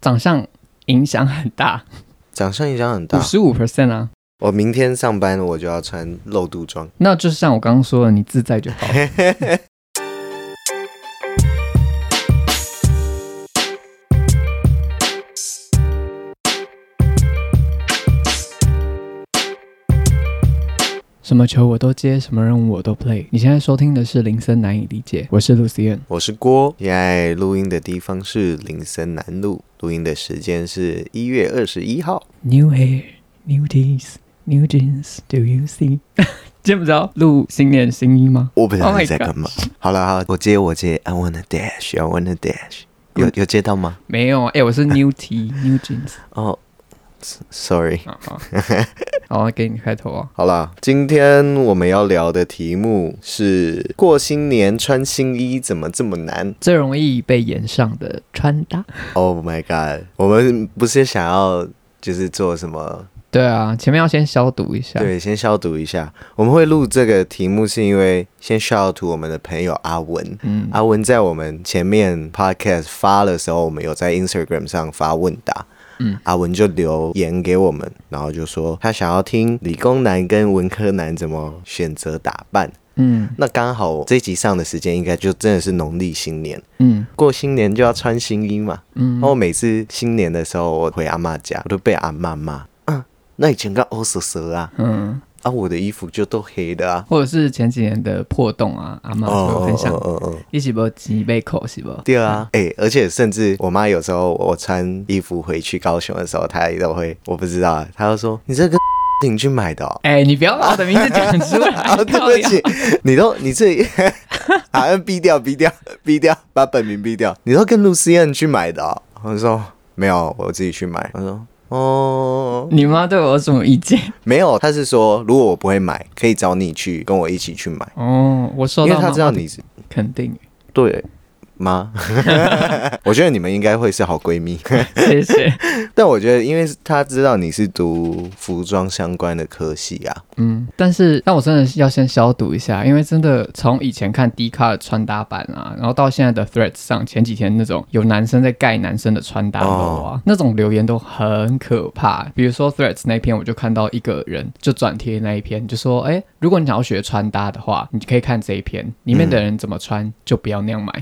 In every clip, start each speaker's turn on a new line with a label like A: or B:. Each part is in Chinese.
A: 长相影响很大，
B: 长相影响很
A: 五
B: 大。
A: 十五 percent 啊。
B: 我明天上班我就要穿露肚 装。
A: 那就是像我刚刚说的，你自在就好。什么球我都接，什么任务我都 play。你现在收听的是林森难以理解，我是 Lucian。
B: 我是郭，现在录音的地方是林森南路，录音的时间是一月二十一号。
A: New hair, new teeth, new jeans. Do you see？知 不知道录新年新衣吗？
B: 我不知道
A: Oh my
B: 你在干嘛。好了，好，我接，我接。I wanna dash, I wanna dash。有有接到吗？
A: 没 有，哎、我是 new T, new jeans。
B: 哦、s o r r y
A: 啊好，好，给你开头啊。
B: 好啦，今天我们要聊的题目是过新年穿新衣怎么这么难
A: 最容易被延上的穿 搭。
B: ？Oh my god！我们不是想要就是做什么？
A: 对啊，前面要先消毒一下。，
B: 对，先消毒一下。我们会录这个题目是因为先 shout out 我们的朋友阿文。
A: 嗯，
B: 阿文在我们前面 podcast 发的时候，我们有在 Instagram 上发问答。
A: 嗯，
B: 阿文就留言给我们，然后就说他想要听理工男跟文科男怎么选择打扮。
A: 嗯
B: 那刚好这集上的时间应该就真的是农历新年，
A: 嗯
B: 过新年就要穿新衣嘛。
A: 嗯
B: 然后我每次新年的时候，我回阿嬷家，我都被阿嬷骂，啊，那以前个欧蛇蛇啊，
A: 嗯，
B: 啊，我的衣服就都黑的啊。
A: 或者是前几年的破洞啊，阿妈就分享，
B: 哦哦。
A: 一起不几杯口是不？。
B: 对啊，哎、而且甚至我妈有时候我穿衣服回去高雄的时候，她也都会，我不知道啊，她就说你这个 你去买的、哦
A: 哎、你不要把我的名字讲出来，
B: 啊，对
A: 哎靠
B: 不
A: 腰
B: 起，你都你自己， 好像逼掉逼掉逼掉，把本名逼掉。你都跟露思燕去买的、哦？我说没有，我自己去买。我说哦，
A: 你妈对我有什么意见？
B: 没有，她是说如果我不会买，可以找你去跟我一起去买，
A: 哦，我收
B: 因为
A: 到
B: 她
A: 妈
B: 知
A: 妈
B: 道
A: 的
B: 你是
A: 肯定，
B: 对吗？ 我觉得你们应该会是好闺蜜。
A: 谢谢。
B: 但我觉得，因为他知道你是读服装相关的科系啊，
A: 嗯，但是但我真的是要先消毒一下，因为真的从以前看 D 卡的穿搭版啊，然后到现在的 Threads 上，前几天那种有男生在盖男生的穿搭楼啊，那种留言都很可怕。比如说 Threads 那一篇，我就看到一个人就转贴那一篇，就说：“哎、如果你想要学穿搭的话，你可以看这一篇，里面的人怎么穿，就不要那样买。”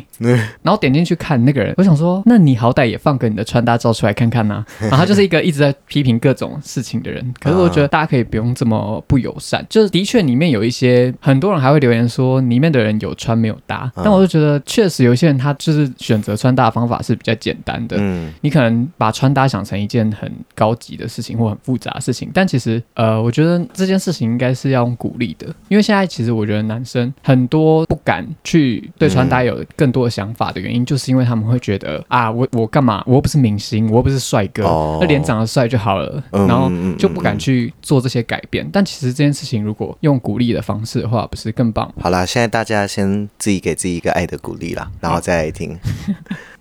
A: 然后点进去看那个人，我想说，那你好歹也放个你的穿搭照出来看看呐、然后他就是一个一直在批评各种事情的人，可是我觉得大家可以不用这么不友善。就是的确里面有一些很多人还会留言说里面的人有穿没有搭，但我就觉得确实有些人他就是选择穿搭的方法是比较简单的，
B: 嗯，
A: 你可能把穿搭想成一件很高级的事情或很复杂的事情，但其实呃，我觉得这件事情应该是要用鼓励的，因为现在其实我觉得男生很多不敢去对穿搭有更多的想法的原因，就是因为他们会觉得啊，我我干嘛？我又不是明星，我又不是帅哥，
B: 哦
A: 那脸长得帅就好了，
B: 嗯
A: 然后
B: 嗯嗯
A: 就不敢
B: 嗯
A: 去做这些改变。但其实这件事情如果用鼓励的方式的话，不是更棒吗？
B: 嗯好啦，现在大家先自己给自己一个爱的鼓励啦，然后再来 听。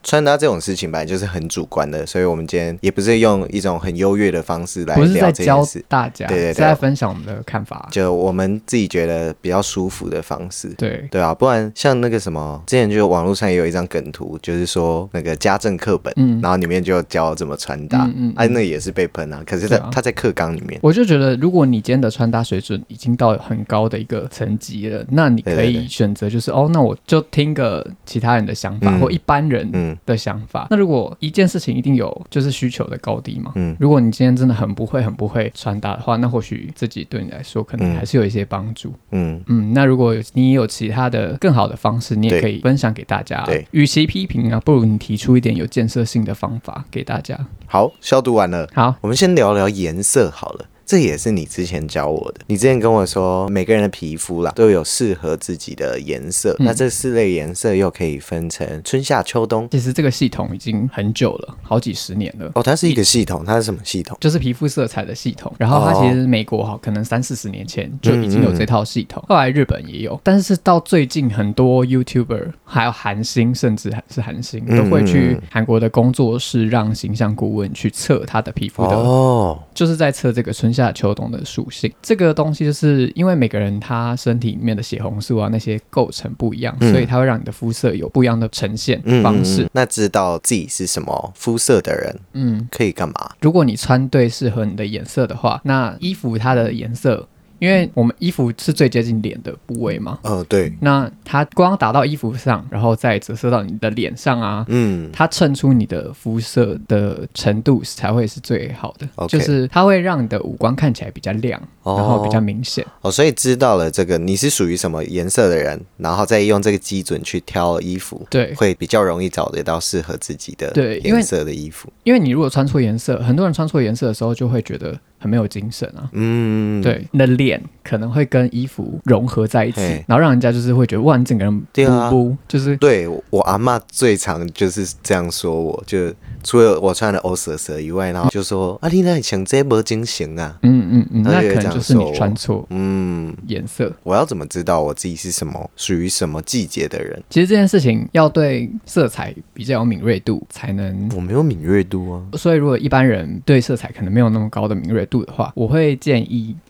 B: 穿搭这种事情本来就是很主观的，所以我们今天也不是用一种很优越的方式来
A: 不是
B: 聊
A: 在
B: 这
A: 教
B: 件事，
A: 大家，
B: 对对对
A: 是在分享我们的看法。
B: 就我们自己觉得比较舒服的方式。
A: 对，
B: 对啊，不然像那个什么，之前就网络上也有一张梗图，就是说那个家政课本，
A: 嗯
B: 然后里面就有教怎么穿搭，
A: 嗯嗯
B: 哎、那也是被喷啊。可是他、
A: 对啊
B: 他在课纲里面，
A: 我就觉得，如果你今天的穿搭水准已经到很高的一个层级了，那你可
B: 对对
A: 以
B: 对
A: 选择就是哦，那我就听个其他人的想法、
B: 嗯
A: 或一般人
B: 嗯，
A: 的想法。那如果一件事情一定有就是需求的高低嘛，
B: 嗯
A: 如果你今天真的很不会、很不会穿搭的话，那或许自己对你来说可能
B: 嗯
A: 还是有一些帮助。
B: 嗯，
A: 嗯，那如果你也有其他的更好的方式，你也
B: 对
A: 可以分享给大家。
B: 对，
A: 与其批评啊，不如你提出一点有建设性的方法给大家。
B: 好，消毒完了，
A: 好，
B: 我们先聊聊颜色好了。这也是你之前教我的。你之前跟我说，每个人的皮肤啦都有适合自己的颜色。
A: 嗯
B: 那这四类颜色又可以分成春夏秋冬。
A: 其实这个系统已经很久了，好几十年了。
B: 哦，它是一个系统，它是什么系统？
A: 就是皮肤色彩的系统。然后它其实美国哈，可能三四十年前就已经有这套系
B: 哦
A: 统，后来日本也有，但是到最近很多 YouTuber 还有韩星，甚至是韩星
B: 嗯
A: 都会去
B: 嗯嗯
A: 韩国的工作室让形象顾问去测他的皮肤的，
B: 哦，
A: 就是在测这个春夏秋冬的属性。这个东西就是因为每个人他身体里面的血红素啊那些构成不一样，
B: 嗯
A: 所以它会让你的肤色有不一样的呈现方式。
B: 那知道自己是什么肤色的人
A: 嗯，
B: 可以干嘛？
A: 如果你穿对适合你的颜色的话，那衣服它的颜色，因为我们衣服是最接近脸的部位嘛，
B: 呃，对，
A: 那它光打到衣服上，然后再折射到你的脸上啊，
B: 嗯，
A: 它衬出你的肤色的程度才会是最好的
B: OK
A: 就是它会让你的五官看起来比较亮，
B: 哦
A: 然后比较明显。
B: 哦，所以知道了这个你是属于什么颜色的人，然后再用这个基准去挑衣服，
A: 对
B: 会比较容易找得到适合自己的
A: 对因为
B: 颜色的衣服。
A: 因为你如果穿错颜色，很多人穿错颜色的时候就会觉得很没有精神啊。
B: 嗯，
A: 对，你的脸可能会跟衣服融合在一起
B: 嘿，
A: 然后让人家就是会觉得哇，你整个人
B: 对啊
A: 不不，就是
B: 对我阿嬷最常就是这样说我，就除了我穿的欧蛇蛇以外，然后就说啊，你那像这没精神啊。
A: 嗯嗯嗯，
B: 他
A: 那
B: 就会
A: 可能
B: 这样
A: 就是你
B: 说
A: 穿错
B: 嗯，
A: 颜色。
B: 我要怎么知道我自己是什么属于什么季节的人？
A: 其实这件事情要对色彩比较有敏锐度，才能
B: 我没有敏锐度啊。，
A: 所以，如果一般人对色彩可能没有那么高的敏锐度的话，我会建议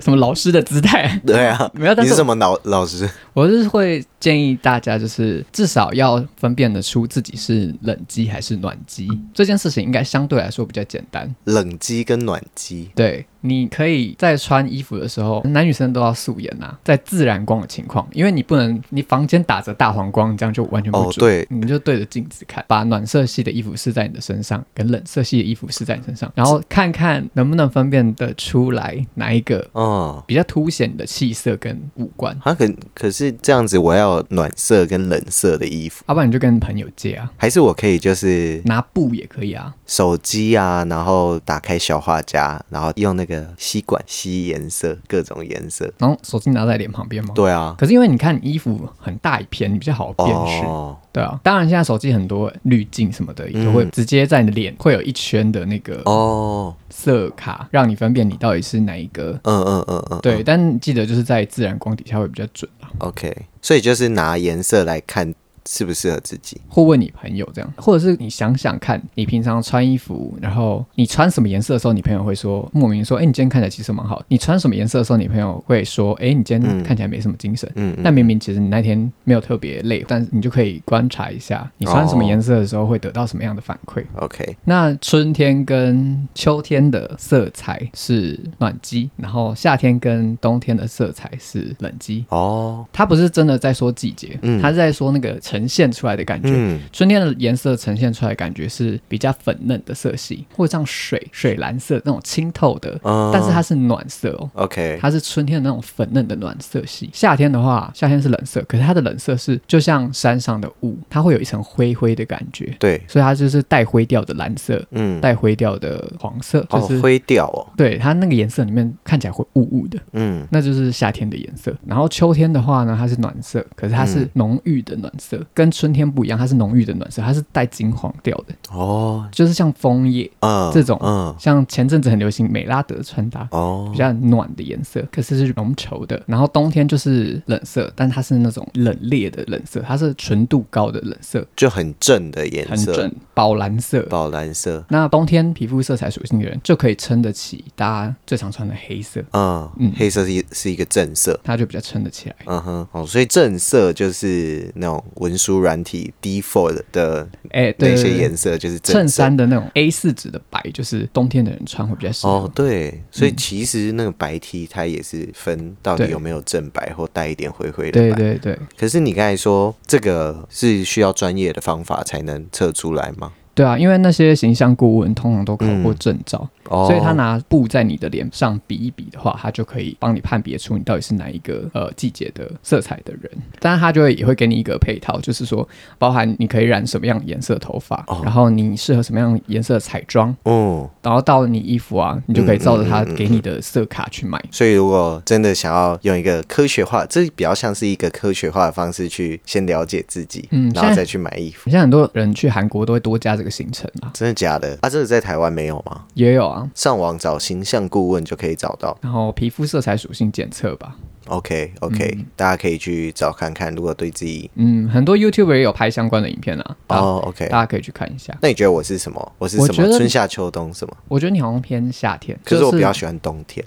A: 什么老师的姿态
B: 对啊，
A: 没有，哦但
B: 你
A: 是
B: 是什么老老师？
A: 我是会建议大家，就是至少要分辨得出自己是冷机还是暖机这件事情，应该相对来说比较简单。
B: 冷机跟暖机
A: 对，你可以在穿衣服的时候，男女生都要素颜呐、啊在自然光的情况，因为你不能你房间打着大黄光，这样就完全不
B: 哦
A: 准。
B: 对
A: 你就对着镜子看，把暖色系的衣服试在你的身上，跟冷色系的衣服试在你身上，然后看看能不能分辨得出来哪一个
B: 哦。
A: 比较凸显你的气色跟五官，
B: 啊，可可是这样子，我要有暖色跟冷色的衣服，
A: 要不然你就跟朋友借啊，
B: 还是我可以就是
A: 拿布也可以啊。
B: 手机啊，然后打开小画家，然后用那个吸管吸颜色，各种颜色。
A: 然后手机拿在脸旁边嘛。
B: 对啊，
A: 可是因为你看衣服很大一片，你比较好辨识。
B: 哦，
A: 对啊，当然现在手机很多滤镜什么的，也会直接在你的脸会有一圈的那个
B: 嗯哦，
A: 色卡，让你分辨你到底是哪一个。
B: 嗯嗯嗯嗯，
A: 对，但记得就是在自然光底下会比较准啊，
B: ，OK，所以就是拿颜色来看适不适合自己。
A: 或问你朋友这样，或者是你想想看，你平常穿衣服，然后你穿什么颜色的时候，你朋友会说莫名说，哎、你今天看起来其实蛮好。你穿什么颜色的时候，你朋友会说，哎、你今天看起来没什么精神。
B: 嗯，嗯
A: 但明明其实你那天没有特别累，但是你就可以观察一下，你穿什么
B: 哦
A: 颜色的时候会得到什么样的反馈。
B: OK，
A: 那春天跟秋天的色彩是暖机，然后夏天跟冬天的色彩是冷机。
B: 哦，
A: 它不是真的在说季节，
B: 嗯
A: 它是在说那个呈现出来的感觉。
B: 嗯，
A: 春天的颜色呈现出来的感觉是比较粉嫩的色系，或者像水水蓝色那种清透的，
B: 嗯
A: 但是它是暖色哦。
B: OK，
A: 它是春天的那种粉嫩的暖色系，夏天的话，夏天是冷色，可是它的冷色是就像山上的雾，它会有一层灰灰的感觉，
B: 对，
A: 所以它就是带灰调的蓝色，
B: 嗯，
A: 带灰调的黄色，就
B: 哦
A: 是、，
B: 灰调哦，
A: 对它那个颜色里面看起来会雾雾的，
B: 嗯，
A: 那就是夏天的颜色。然后秋天的话呢，它是暖色，可是它是
B: 嗯
A: 浓郁的暖色，跟春天不一样，它是浓郁的暖色，它是带金黄调的，
B: 哦，
A: 就是像枫叶，
B: 嗯，
A: 这种
B: 嗯，
A: 像前阵子很流行美拉德穿搭。
B: 哦
A: 比，较暖的颜色，可是是浓稠的。然后冬天就是冷色，但它是那种冷冽的冷色，它是纯度高的冷色，
B: 就很正的颜
A: 很
B: 色
A: 正，，宝蓝色。
B: 宝蓝色，
A: 那冬天皮肤色彩属性的人就可以撑得起大家最常穿的黑色，
B: 嗯，
A: 嗯
B: 黑色是一是一个正色。
A: 它就比较撑得起来。
B: 嗯哼，哦，所以正色就是那种文书软体 default 的
A: 哎、对
B: 那
A: 对
B: 些
A: 对
B: 颜色，就是正色
A: 衬衫的那种 A 四纸的白，就是冬天的人穿会比较适合。
B: 哦，对，所以其实那个白 T 它也是分到底
A: 嗯对
B: 有没有正白或带一点灰灰的白。
A: 对对对
B: 可是你刚才说这个是需要专业的方法才能测出来吗？
A: 对啊，因为那些形象顾问通常都考过证照，
B: 哦，
A: 所以他拿布在你的脸上比一比的话，他就可以帮你判别出你到底是哪一个呃季节的色彩的人。当然，他就会也会给你一个配套，就是说包含你可以染什么样颜色的头发，
B: 哦
A: 然后你适合什么样颜色的彩妆，
B: 哦，
A: 然后到你衣服啊，你就可以照着
B: 嗯
A: 它给你的色卡去买。
B: 所以如果真的想要用一个科学化，这比较像是一个科学化的方式去先了解自己，
A: 嗯
B: 然后
A: 现在
B: 再去买衣服。
A: 现在很多人去韩国都会多加这个行程啊，
B: 真的假的？啊，这个在台湾没有吗？
A: 也有啊。
B: 上网找形象顾问就可以找到
A: 然后皮肤色彩属性检测吧，
B: OK OK，、大家可以去找看看，如果对自己
A: 嗯，很多 YouTuber 也有拍相关的影片啊，大
B: 哦 OK，
A: 大家可以去看一下。
B: 那你觉得我是什么？我是
A: 我
B: 什
A: 觉
B: 么？
A: 得
B: 春夏秋冬什么？
A: 我觉得你好像偏夏天，
B: 可是我比较
A: 喜
B: 喜欢冬天。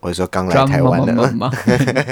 B: 我是说刚来
A: 欢
B: 台湾的嘛，
A: 嘛，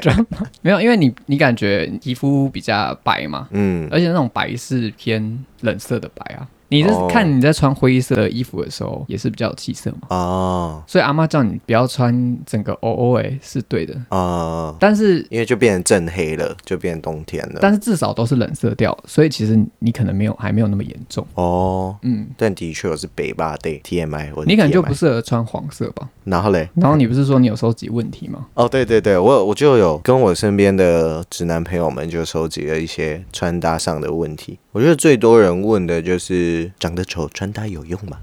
A: drama 没有，因为你你感觉皮肤比较白嘛，
B: 嗯，
A: 而且那种白是偏冷色的白啊。你是
B: 哦
A: 看你在穿灰色的衣服的时候，也是比较有气色嘛。
B: 哦，
A: 所以阿妈叫你不要穿整个 O O A 是对的，
B: 哦，
A: 但是
B: 因为就变成正黑了，就变成冬天了。
A: 但是至少都是冷色调，所以其实你可能没有还没有那么严重。
B: 哦，
A: 嗯，
B: 但的确我是北霸 day TMI，我是哎
A: 你可能就不
B: TMI
A: 适合穿黄色吧。
B: 然后嘞，
A: 然后你不是说你有收集问题吗？
B: 哦，对对对，我我就有跟我身边的直男朋友们就收集了一些穿搭上的问题。我觉得最多人问的就是长得丑穿搭有用吗？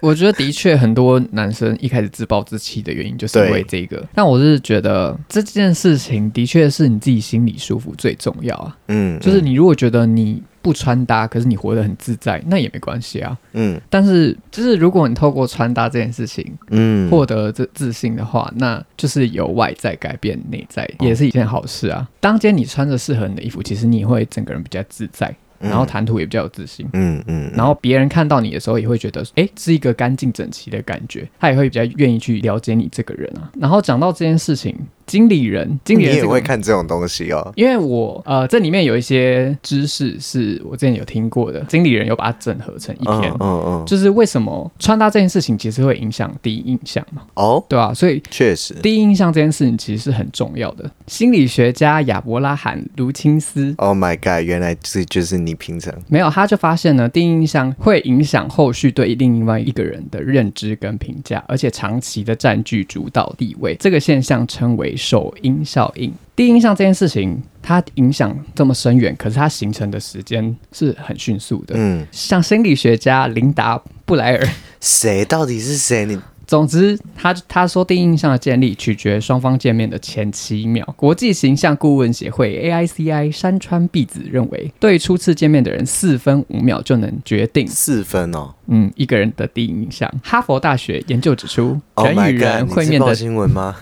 A: 我觉得的确很多男生一开始自暴自弃的原因就是因为这个。但我是觉得这件事情的确是你自己心里舒服最重要啊。
B: 嗯，
A: 就是你如果觉得你不穿搭，可是你活得很自在，那也没关系啊。
B: 嗯
A: 但是就是如果你透过穿搭这件事情
B: 嗯，
A: 获得自自信的话，那就是由外在改变内在，
B: 哦
A: 也是一件好事啊。当今天你穿着适合你的衣服，其实你会整个人比较自在，
B: 嗯
A: 然后谈吐也比较有自信。
B: 嗯嗯，嗯
A: 然后别人看到你的时候，也会觉得，哎，是一个干净整齐的感觉，他也会比较愿意去了解你这个人啊。然后讲到这件事情，经理人，经理
B: 你
A: 人、这
B: 也
A: 个
B: 会看这种东西哦。
A: 因为我呃，这里面有一些知识是我之前有听过的，经理人有把它整合成一
B: 嗯
A: 篇，
B: 嗯嗯，
A: 就是为什么穿搭这件事情其实会影响第一印象嘛，
B: 哦，
A: 对啊，所以
B: 确实，
A: 第一印象这件事情其实是很重要的。心理学家亚伯拉罕·卢钦斯
B: Oh my god！原来这就是你平常
A: 没有，他就发现呢，第一印象会影响后续对另外一个人的认知跟评价，而且长期的占据主导地位。这个现象称为首因效应。第一印象这件事情，它影响这么深远，可是它形成的时间是很迅速的。
B: 嗯，
A: 像心理学家琳达·布莱尔，
B: 谁到底是谁？你
A: 总之，他他说第一印象的建立取决双方见面的前七秒。国际形象顾问协会 AICI 山川碧子认为，对初次见面的人四分五秒就能决定
B: 四分哦
A: 嗯，一个人的第一印象。哈佛大学研究指出，
B: ！Oh
A: 人
B: my
A: 与人
B: god！
A: 会
B: 你是
A: 面
B: 报
A: 的
B: 新闻吗？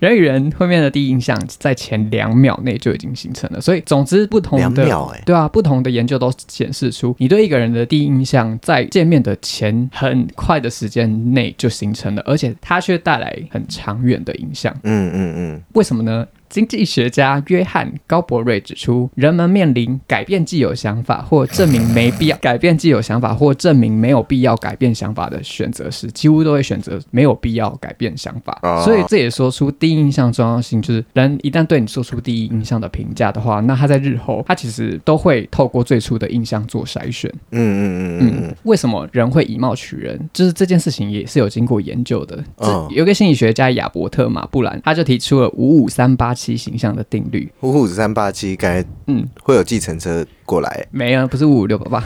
A: 人与人会面的第一印象，在前两秒内就已经形成了。所以，总之不同
B: 两
A: 的
B: 秒哎
A: 哦对啊，不同的研究都显示出，你对一个人的第一印象，在见面的前很快的时间内就形成了，而且它却带来很长远的影响。
B: 嗯嗯嗯，
A: 为什么呢？经济学家约翰·高伯瑞指出，人们面临改变既有想法或证明没必要改变既有想法或证明没有必要改变想法的选择时，几乎都会选择没有必要改变想法。
B: 哦
A: 所以这也说出第一印象重要性，就是人一旦对你做出第一印象的评价的话，那他在日后他其实都会透过最初的印象做筛选。
B: 嗯嗯嗯嗯
A: 嗯，为什么人会以貌取人？就是这件事情也是有经过研究的。
B: 嗯
A: 这有一个心理学家亚伯特马布兰，他就提出了五五三八七形象的定律。
B: 五五三八七，感觉
A: 嗯，
B: 会有计程车过来。
A: 没有，不是五五六 八八，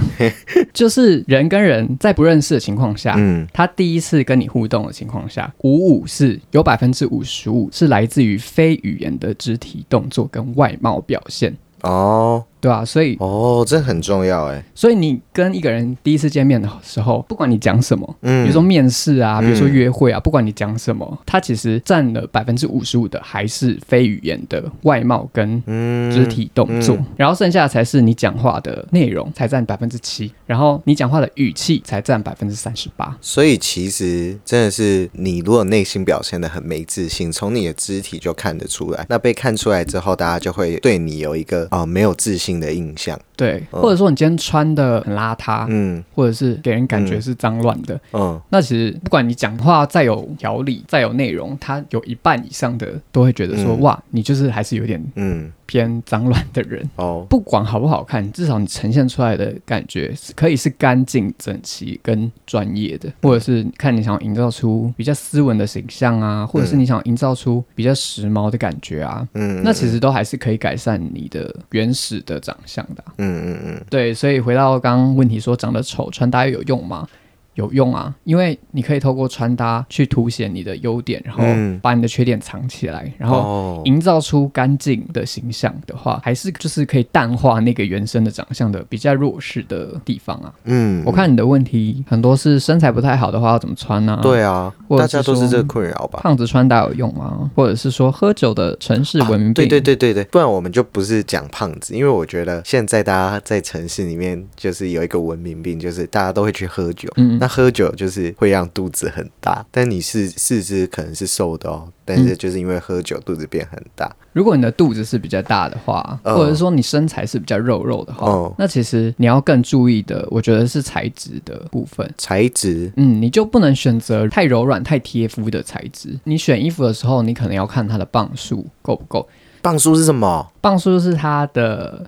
A: 就是人跟人在不认识的情况下。
B: 嗯，
A: 他第一次跟你互动的情况下，五五是有百分之五十五是来自于非语言的肢体动作跟外貌表现，
B: 哦
A: 对吧、所以，
B: 哦，这很重要哎。
A: 所以你跟一个人第一次见面的时候，不管你讲什么，
B: 嗯，
A: 比如说面试啊，
B: 嗯
A: 比如说约会啊，不管你讲什么，它其实占了百分之五十五的还是非语言的外貌跟
B: 嗯
A: 肢体动作，然后剩下的才是你讲话的内容，才占百分之七，然后你讲话的语气才占百分之三十八。
B: 所以其实真的是，你如果内心表现的很没自信，从你的肢体就看得出来。那被看出来之后，大家就会对你有一个啊、呃没有自信的印象。
A: 对，
B: 嗯
A: 或者说你今天穿的很邋遢，
B: 嗯
A: 或者是给人感觉是脏乱的，
B: 嗯，
A: 那其实不管你讲话再有条理，再有内容，它有一半以上的都会觉得说，
B: 嗯
A: 哇，你就是还是有点
B: 嗯，
A: 偏脏乱的人。
B: 哦，
A: 不管好不好看，至少你呈现出来的感觉是可以是干净、整齐跟专业的，或者是看你想营造出比较斯文的形象啊，或者是你想营造出比较时髦的感觉啊，
B: 嗯，
A: 那其实都还是可以改善你的原始的长相的啊、
B: 嗯嗯嗯
A: 对，所以回到刚刚问题说，长得丑穿搭有用吗？有用啊，因为你可以透过穿搭去凸显你的优点，然后
B: 嗯
A: 把你的缺点藏起来，然后
B: 哦，
A: 营造出干净的形象的话，还是就是可以淡化那个原生的长相的比较弱势的地方啊。
B: 嗯
A: 我看你的问题很多是身材不太好的话要怎么穿呢、啊？
B: 对啊，
A: 或者
B: 大
A: 是
B: 家都是
A: 说
B: 这个困扰吧？
A: 胖子穿搭有用吗？或者是说喝酒的城市文明病？
B: 啊对对对对对，不然我们就不是讲胖子，因为我觉得现在大家在城市里面就是有一个文明病，就是大家都会去喝酒。
A: 嗯
B: 那喝酒就是会让肚子很大，但你是四肢可能是瘦的
A: 嗯
B: 哦，但是就是因为喝酒肚子变很大。
A: 如果你的肚子是比较大的话，
B: 嗯
A: 或者说你身材是比较肉肉的话，
B: 嗯
A: 那其实你要更注意的，我觉得是材质的部分。
B: 材质，
A: 嗯，你就不能选择太柔软、太贴肤的材质。你选衣服的时候，你可能要看它的磅数够不够。
B: 磅数是什么？
A: 磅数就是它的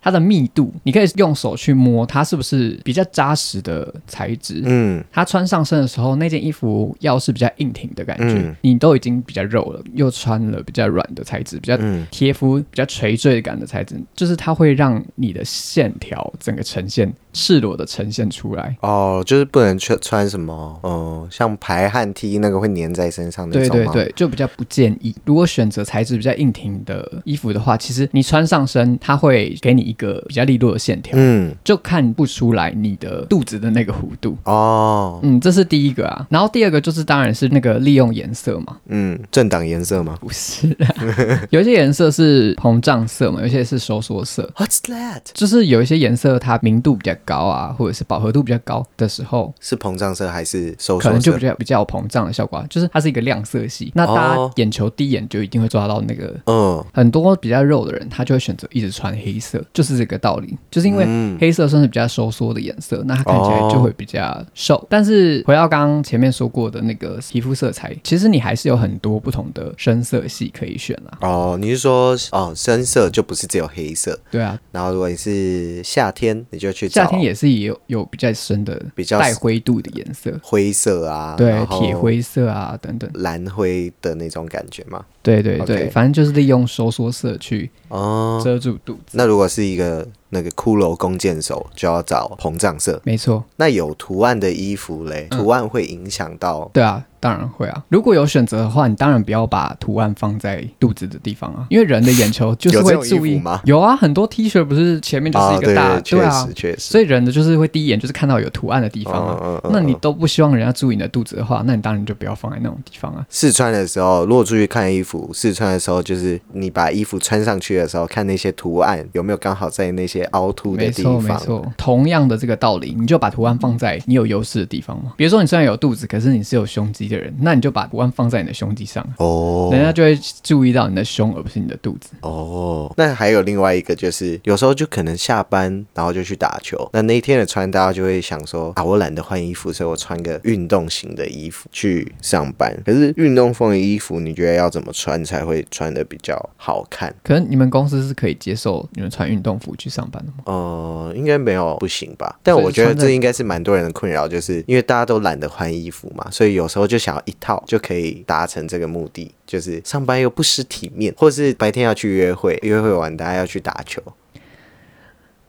A: 它的密度，你可以用手去摸它是不是比较扎实的材质。
B: 嗯，
A: 它穿上身的时候，那件衣服要是比较硬挺的感觉，
B: 嗯
A: 你都已经比较肉了，又穿了比较软的材质，比较
B: 嗯
A: 贴肤、比较垂坠感的材质，就是它会让你的线条整个呈现赤裸的呈现出来。
B: 哦，就是不能穿穿什么，嗯、像排汗 T 那个会粘在身上那
A: 对
B: 种
A: 对
B: 吗？
A: 对，就比较不建议。如果选择材质比较硬挺的衣服的话，其实你穿上身，它会给你一个比较利落的线条，
B: 嗯，
A: 就看不出来你的肚子的那个弧度。
B: 哦，
A: 嗯，这是第一个啊。然后第二个就是，当然是那个利用颜色嘛。
B: 嗯，正党颜色吗
A: 不是、啊，有一些颜色是膨胀色嘛，有一些是收缩色。
B: ？What's that？
A: 就是有一些颜色它明度比较高啊，或者是饱和度比较高的时候，
B: 是膨胀色还是收
A: 可
B: 缩
A: 能就比
B: 色？
A: 较比较有膨胀的效果、啊。就是它是一个亮色系，那大
B: 哦
A: 家眼球第一眼就一定会抓到那个。
B: 嗯，
A: 很多比较肉的人，他就会选择一直穿黑色，就是这个道理。就是因为
B: 嗯
A: 黑色算是比较收缩的颜色，那它看起来就会比较瘦。但是回到刚刚前面说过的那个皮肤色彩，其实你还是有很多不同的深色系可以选啊啦。
B: 哦，你是说哦，深色就不是只有黑色，
A: 对啊，
B: 然后如果你是夏天，你就去找
A: 夏天也是也有有比较深的、
B: 比较
A: 带灰度的颜色，
B: 灰色啊，
A: 对
B: 然，后
A: 铁、灰色啊等等，
B: 蓝灰的那种感觉嘛。
A: 对对
B: OK
A: 对反正就是利用收缩色去
B: 哦，
A: 遮住肚子。
B: 那如果是一个那个骷髅弓箭手，就要找膨胀色。
A: 没错，
B: 那有图案的衣服嘞，
A: 嗯
B: 图案会影响到
A: 对啊，当然会啊。如果有选择的话，你当然不要把图案放在肚子的地方啊，因为人的眼球就是
B: 有这
A: 会
B: 种
A: 注
B: 衣服
A: 意
B: 吗。
A: 有啊，很多 T 恤不是前面就是
B: 啊，
A: 一个
B: 对
A: 大、
B: 对，确
A: 啊
B: 实，确实。
A: 所以人的就是会第一眼就是看到有图案的地方啊。
B: 嗯
A: 那你都不希望人家注意你的肚子的话，那你当然就不要放在那种地方啊。
B: 试穿的时候，如果出去看衣服，试穿的时候就是你把衣服穿上去的时候，看那些图案有没有刚好在那些凹凸的
A: 没
B: 地
A: 错，没
B: 方。
A: 错。同样的这个道理，你就把图案放在你有优势的地方嘛。比如说，你虽然有肚子，可是你是有胸肌的人，那你就把图案放在你的胸肌上，人
B: 哦
A: 家就会注意到你的胸，而不是你的肚子。
B: 哦，那还有另外一个就是，有时候就可能下班然后就去打球，那那一天的穿搭就会想说啊，我懒得换衣服，所以我穿个运动型的衣服去上班。可是运动风的衣服，你觉得要怎么穿才会穿的比较好看？
A: 可能你们公司是可以接受你们穿运动服去上班的吗？
B: 呃，应该没有不行吧？但
A: 所以
B: 我觉得
A: 穿着
B: 这应该是蛮多人的困扰，就是因为大家都懒得换衣服嘛，所以有时候就想要一套就可以达成这个目的，就是上班又不失体面，或是白天要去约会，约会完大家要去打 球，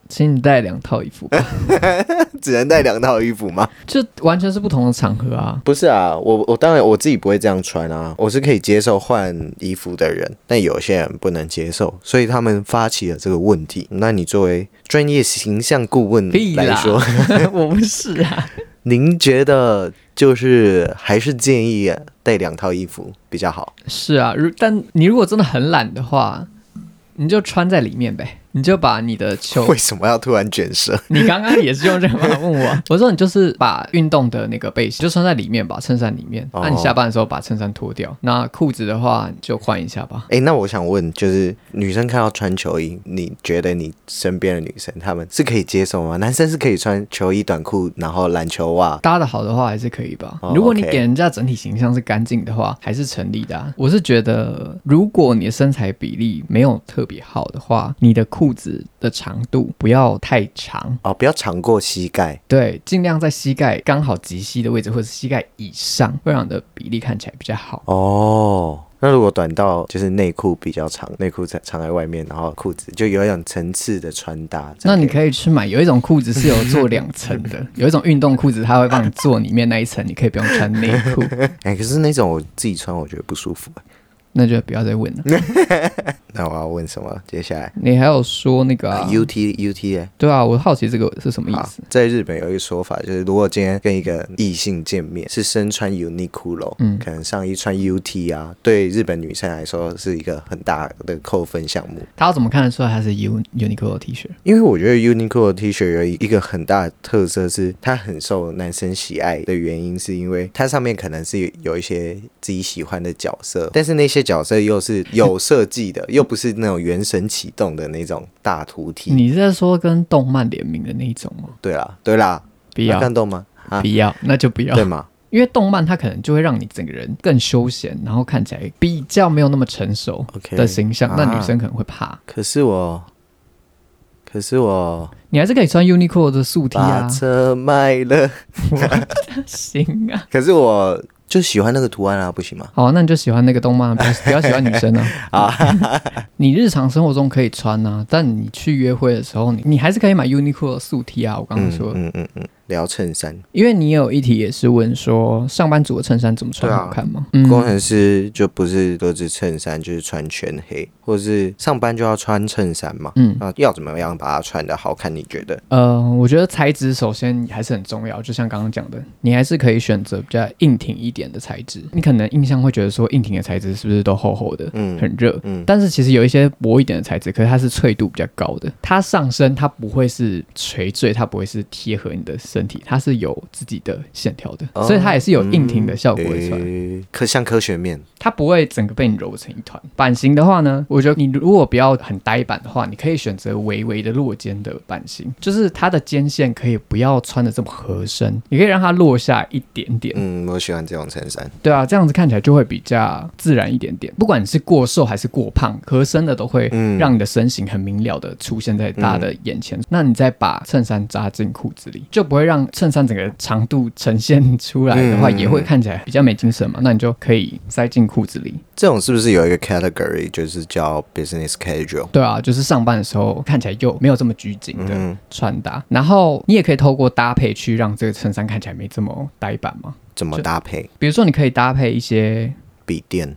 A: 请你带两套衣服吧，
B: 只能带两套衣服吗？
A: 就完全是不同的场合啊。
B: 不是啊，我我当然我自己不会这样穿啊，我是可以接受换衣服的人，但有些人不能接受，所以他们发起了这个问题。那你作为专业形象顾问
A: 屁
B: 来
A: 啦
B: 说，，
A: 我不是啊。
B: 您觉得就是还是建议带两套衣服比较好？
A: 是啊，如但你如果真的很懒的话，你就穿在里面呗，你就把你的球
B: 为什么要突然 卷舌？
A: 你刚刚也是用这个方 法问我啊，我说你就是把运动的那个背心就穿在里面吧，衬衫里面。那、
B: 哦
A: 你下班的时候把衬衫脱掉，那裤子的话就换一下吧。
B: 哎、那我想问，就是女生看到穿球衣，你觉得你身边的女生她们是可以接受吗？男生是可以穿球衣、短裤，然后篮球袜。
A: 搭的好的话还是可以吧
B: 哦。
A: 如果你
B: OK
A: 给人家整体形象是干净的话，还是成立的、啊。我是觉得，如果你的身材比例没有特别好的话，你的裤子的长度不要太长，
B: 哦，不要长过膝盖
A: 对，尽量在膝盖刚好及膝的位置，或者膝盖以上，会让你的比例看起来比较好。
B: 哦。那如果短到就是内裤比较长，内裤在藏在外面，然后裤子就有一种层次的穿搭。
A: 那你可以去买，有一种裤子是有做两层 的，有一种运动裤子，它会帮你做里面那一层，你可以不用穿内 裤，
B: 哎、可是那种我自己穿我觉得不舒服。
A: 那就不要再问了。
B: 那我要问什么？接下来、
A: 你还有说那个、啊
B: U T U T 哎、
A: 对啊，我好奇这个是什么意
B: 好
A: 思？，
B: 在日本有一个说法，就是如果今天跟一个异性见面是身穿 Uniqlo，嗯，可能上衣穿 UT 啊，对日本女生来说是一个很大的扣分项目。
A: 他要怎么看得出来它是 U Uniqlo 的 T 恤？
B: 因为我觉得 Uniqlo 的 T 恤有一个很大的特色是，它很受男生喜爱的原因，是因为它上面可能是有一些自己喜欢的角色，但是那些角色又是有设计 的，又不是那种原神启动的那种大图 T。
A: 你是在说跟动漫联名的那一种吗？
B: 对啦，对啦，
A: 不要
B: 有，看懂吗？啊
A: 不，要，那就不要
B: 对。吗？
A: 因为动漫它可能就会让你整个人更休闲，然后看起来比较没有那么成熟
B: OK，
A: 的形象，
B: 啊
A: 那女生可能会怕。
B: 可是我，可是我
A: 你还是可以穿 Uniqlo 的素 T
B: 把
A: 啊，
B: 车卖了，
A: 行啊。
B: 可是我就喜欢那个图案啊，不行吗？
A: 好，那你就喜欢那个动 漫，不要不要喜欢女生啊。 你日常生活中可以穿啊，但你去约会的时候，你你还是可以买 Uniqlo 的素 T 啊。我刚刚
B: 嗯
A: 说的，
B: 嗯嗯嗯，聊衬衫，
A: 因为你有一题也是问说，上班族的衬衫怎么穿
B: 对
A: 好
B: 啊
A: 看吗？
B: 工
A: 嗯，
B: 程师就不是都是衬衫，就是穿全黑，或是上班就要穿衬衫嘛。
A: 嗯
B: 啊，要怎么样把它穿的好看？你觉得？
A: 呃，我觉得材质首先还是很重要，就像刚刚讲的，你还是可以选择比较硬挺一点的材质。你可能印象会觉得说硬挺的材质是不是都厚厚的，
B: 嗯
A: 很热，
B: 嗯
A: 但是其实有一些薄一点的材质，可是它是脆度比较高的，它上身它不会是垂坠，它不会是贴合你的身体，它是有自己的线条的，所以它也是有硬挺的效果会出来。
B: 哦嗯诶可像科学面，
A: 它不会整个被你揉成一团。版型的话呢，我觉得你如果不要很呆板的话，你可以选择微微的落肩的版型，就是它的肩线可以不要穿的这么合身，你可以让它落下一点点。
B: 嗯，我喜欢这种衬衫。
A: 对啊，这样子看起来就会比较自然一点点。不管你是过瘦还是过胖，合身的都会
B: 嗯
A: 让你的身形很明了的出现在大家的眼前。那你再把衬衫扎进裤子里，就不会让衬衫整个长度呈现出来的话，
B: 嗯
A: 也会看起来比较没精神嘛。那你就可以塞进裤子里。
B: 这种是不是有一个 category 就是叫 business casual？
A: 对啊，就是上班的时候看起来又没有这么拘谨的
B: 嗯
A: 穿搭，然后你也可以透过搭配去让这个衬衫看起来没这么呆板嘛。
B: 怎么搭配？
A: 比如说，你可以搭配一些
B: 笔电、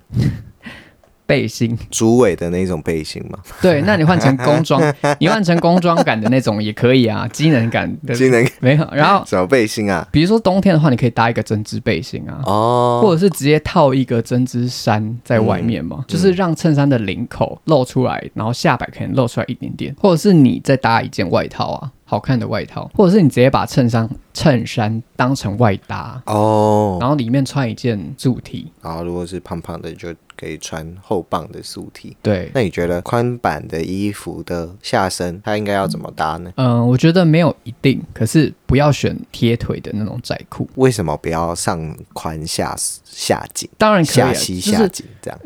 A: 背 心，
B: 竹尾的那种背心嘛，
A: 对，那你换成工装，你换成工装感的那种也可以啊，机能感的
B: 机能
A: 没有。然后
B: 什么背心啊？
A: 比如说冬天的话，你可以搭一个针织背心啊。
B: 哦，
A: 或者是直接套一个针织衫在外面
B: 嗯
A: 嘛，就是让衬衫的领口露出来，然后下摆可能露出来一点点，或者是你再搭一件外套啊，好看的外套，或者是你直接把衬衫衬衫当成外搭，
B: 哦，
A: 然后里面穿一件主题，
B: 然后如果是胖胖的，就可以穿厚棒的素 T。
A: 对，
B: 那你觉得宽版的衣服的下身，它应该要怎么搭呢？
A: 嗯，我觉得没有一定，可是不要选贴腿的那种窄裤，
B: 为什么不要上宽下下紧、
A: 当然可以啊、
B: 下膝
A: 就
B: 下
A: 是
B: 紧这样？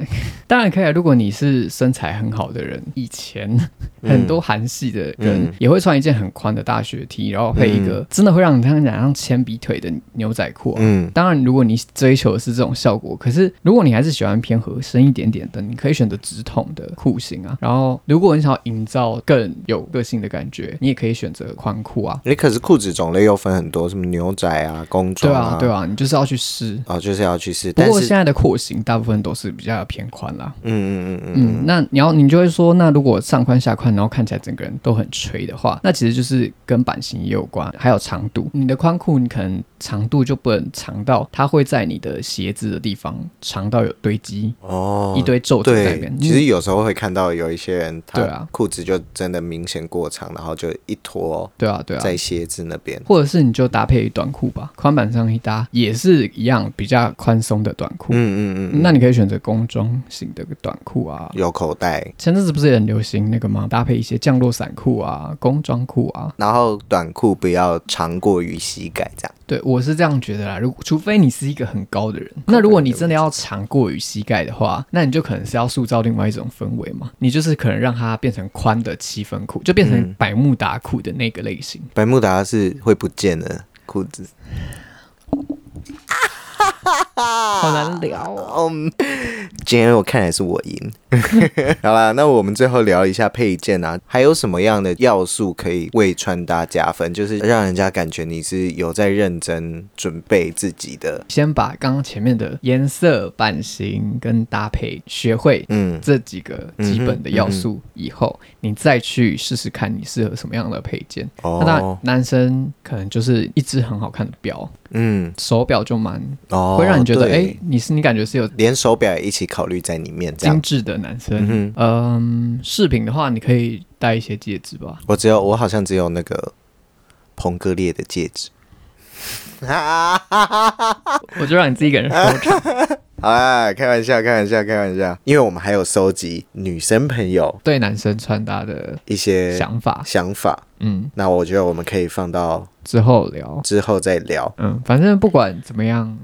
A: 当然可以啊，如果你是身材很好的人，以前很多韩系的人
B: 嗯
A: 也会穿一件很宽的大学 T，然后配一个、真的会让你看起来像铅笔腿的牛仔裤啊、
B: 嗯，
A: 当然，如果你追求的是这种效果，可是如果你还是喜欢偏合身一点点的，你可以选择直筒的裤型啊。然后，如果你想要营造更有个性的感觉，你也可以选择宽裤啊。
B: 你可是裤子种类又分很多，什么牛仔啊、工
A: 对
B: 装
A: 啊，对
B: 啊，
A: 啊，你就是要去试。
B: 哦，就是要去试。
A: 不
B: 但
A: 过
B: 是
A: 现，在的廓形大部分都是比较偏宽啦。
B: 嗯嗯嗯嗯
A: 嗯，那你要你就会说，那如果上宽下宽，然后看起来整个人都很垂的话，那其实就是跟版型也有关，还有长度。你的宽裤你可能长度就不能长到它会在你的鞋子的地方长到有堆积、
B: 嗯，哦，
A: 一堆皱褶在那
B: 对
A: 边。，嗯
B: 其实有时候会看到有一些人，
A: 对
B: 他
A: 啊
B: 裤子就真的明显过长，然后就一坨
A: 对啊对啊，
B: 在鞋子那边。
A: 或者是你就搭配短裤吧，宽版上衣搭也是一样比较宽松的短裤。
B: 嗯嗯嗯嗯，
A: 那你可以选择工装型的短裤啊，
B: 有口袋，
A: 前阵子不是也很流行那个吗？搭配一些降落伞裤啊、工装裤啊。
B: 然后短裤不要长过于膝盖这样。
A: 对我是这样觉得啦。如除非你是一个很高的人，那如果你真的要长过于膝盖的话，那你就可能是要塑造另外一种氛围嘛。你就是可能让它变成宽的七分裤，就变
B: 嗯
A: 成百慕达裤的那个类型。
B: 百慕达是会不见的裤子。
A: 好难聊哦。
B: 嗯，今天我看来是我赢。 好啦，那我们最后聊一下配件啊，还有什么样的要素可以为穿搭加分，就是让人家感觉你是有在认真准备自己的。
A: 先把刚刚前面的颜色、版型跟搭配学会，
B: 嗯，
A: 这几个基本的要素以后，你再去试试看你适合什么样的配件。那当然
B: 哦，，
A: 男生可能就是一只很好看的表，
B: 嗯，
A: 手表就蛮
B: 哦，
A: 会让你觉得，哎、
B: 对
A: 你是你感觉是有
B: 连手表也一起考虑在里面，这
A: 精
B: 样。
A: 致的男
B: 嗯
A: 生。
B: 哼，
A: 嗯，饰品的话，你可以戴一些戒指 吧。
B: 我只有我好像只有那个彭格列的戒指。 啊
A: 我就让你自己一个人收场。
B: 好啦，开玩笑，开玩笑，开玩笑，因为我们还有收集女生朋友
A: 对男生穿搭的
B: 一些
A: 想 法，
B: 想法，
A: 嗯，
B: 那我觉得我们可以放到
A: 之后聊。
B: 之后再聊。
A: 嗯，反正不管怎么样，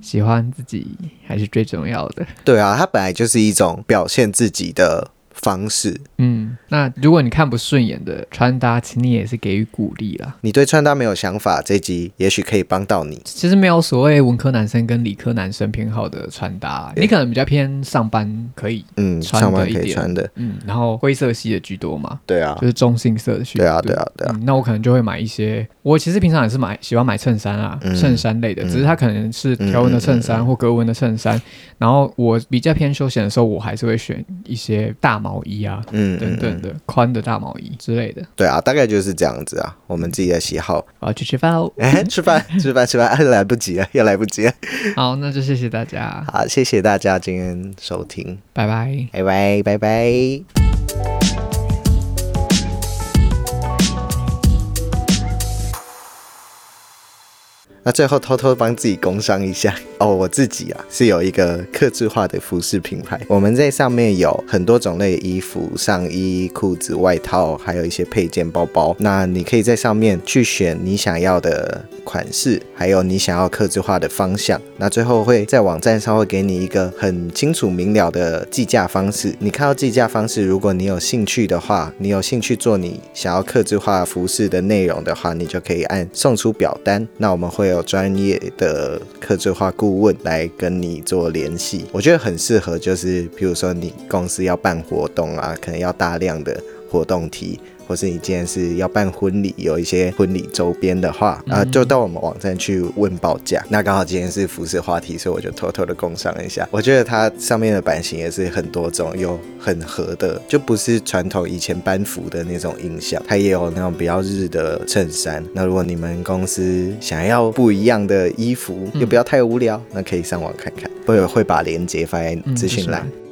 A: 喜欢自己还是最重要的。
B: 对啊，它本来就是一种表现自己的方式。
A: 嗯，那如果你看不顺眼的穿搭，请你也是给予鼓励啦。
B: 你对穿搭没有想法，这集也许可以帮到你。
A: 其实没有所谓文科男生跟理科男生偏好的穿搭，你可能比较偏上班可以，
B: 嗯，
A: 穿
B: 上班
A: 的一
B: 可以
A: 点
B: 穿的，
A: 嗯，然后灰色系的居多嘛，
B: 对啊
A: 就，是中性色的去。
B: 对啊，对啊，对啊，
A: 嗯那我可能就会买一些，我其实平常也是买喜欢买衬衫啊，
B: 嗯
A: 衬衫类的，只是它可能是条纹的衬衫或格纹的衬衫。然后我比较偏休闲的时候，我还是会选一些大毛衣啊，
B: 嗯，
A: 等
B: 嗯
A: 等
B: 嗯
A: 的宽的大毛衣之类的。
B: 对啊，大概就是这样子啊，我们自己的喜好。
A: 我要去吃饭喽。
B: 哎，吃饭，吃饭，吃饭， 哎，来不及了，又来不及了。
A: 好，那就谢谢大家，
B: 好，谢谢大家今天收听，
A: 拜拜。
B: 拜拜，拜拜。那最后偷偷帮自己工商一下 哦，我自己啊是有一个客制化的服饰品牌，我们在上面有很多种类的衣服、上衣、裤子、外套，还有一些配件、包包。那你可以在上面去选你想要的款式，还有你想要客制化的方向。那最后会在网站上会给你一个很清楚明了的计价方式。你看到计价方式，如果你有兴趣的话，你有兴趣做你想要客制化服饰的内容的话，你就可以按送出表单。那我们会有专业的客制化顾问来跟你做联系。我觉得很适合，就是比如说你公司要办活动啊，可能要大量的活动 T。或是你今天是要办婚礼，有一些婚礼周边的话，啊、就到我们网站去问报价。那刚好今天是服饰话题，所以我就偷偷的工商一下。我觉得它上面的版型也是很多种，有很合的，就不是传统以前班服的那种印象，它也有那种比较日的衬衫。那如果你们公司想要不一样的衣服，又不要太无聊，那可以上网看看。我也会把链接放在
A: 嗯
B: 资讯栏。
A: 资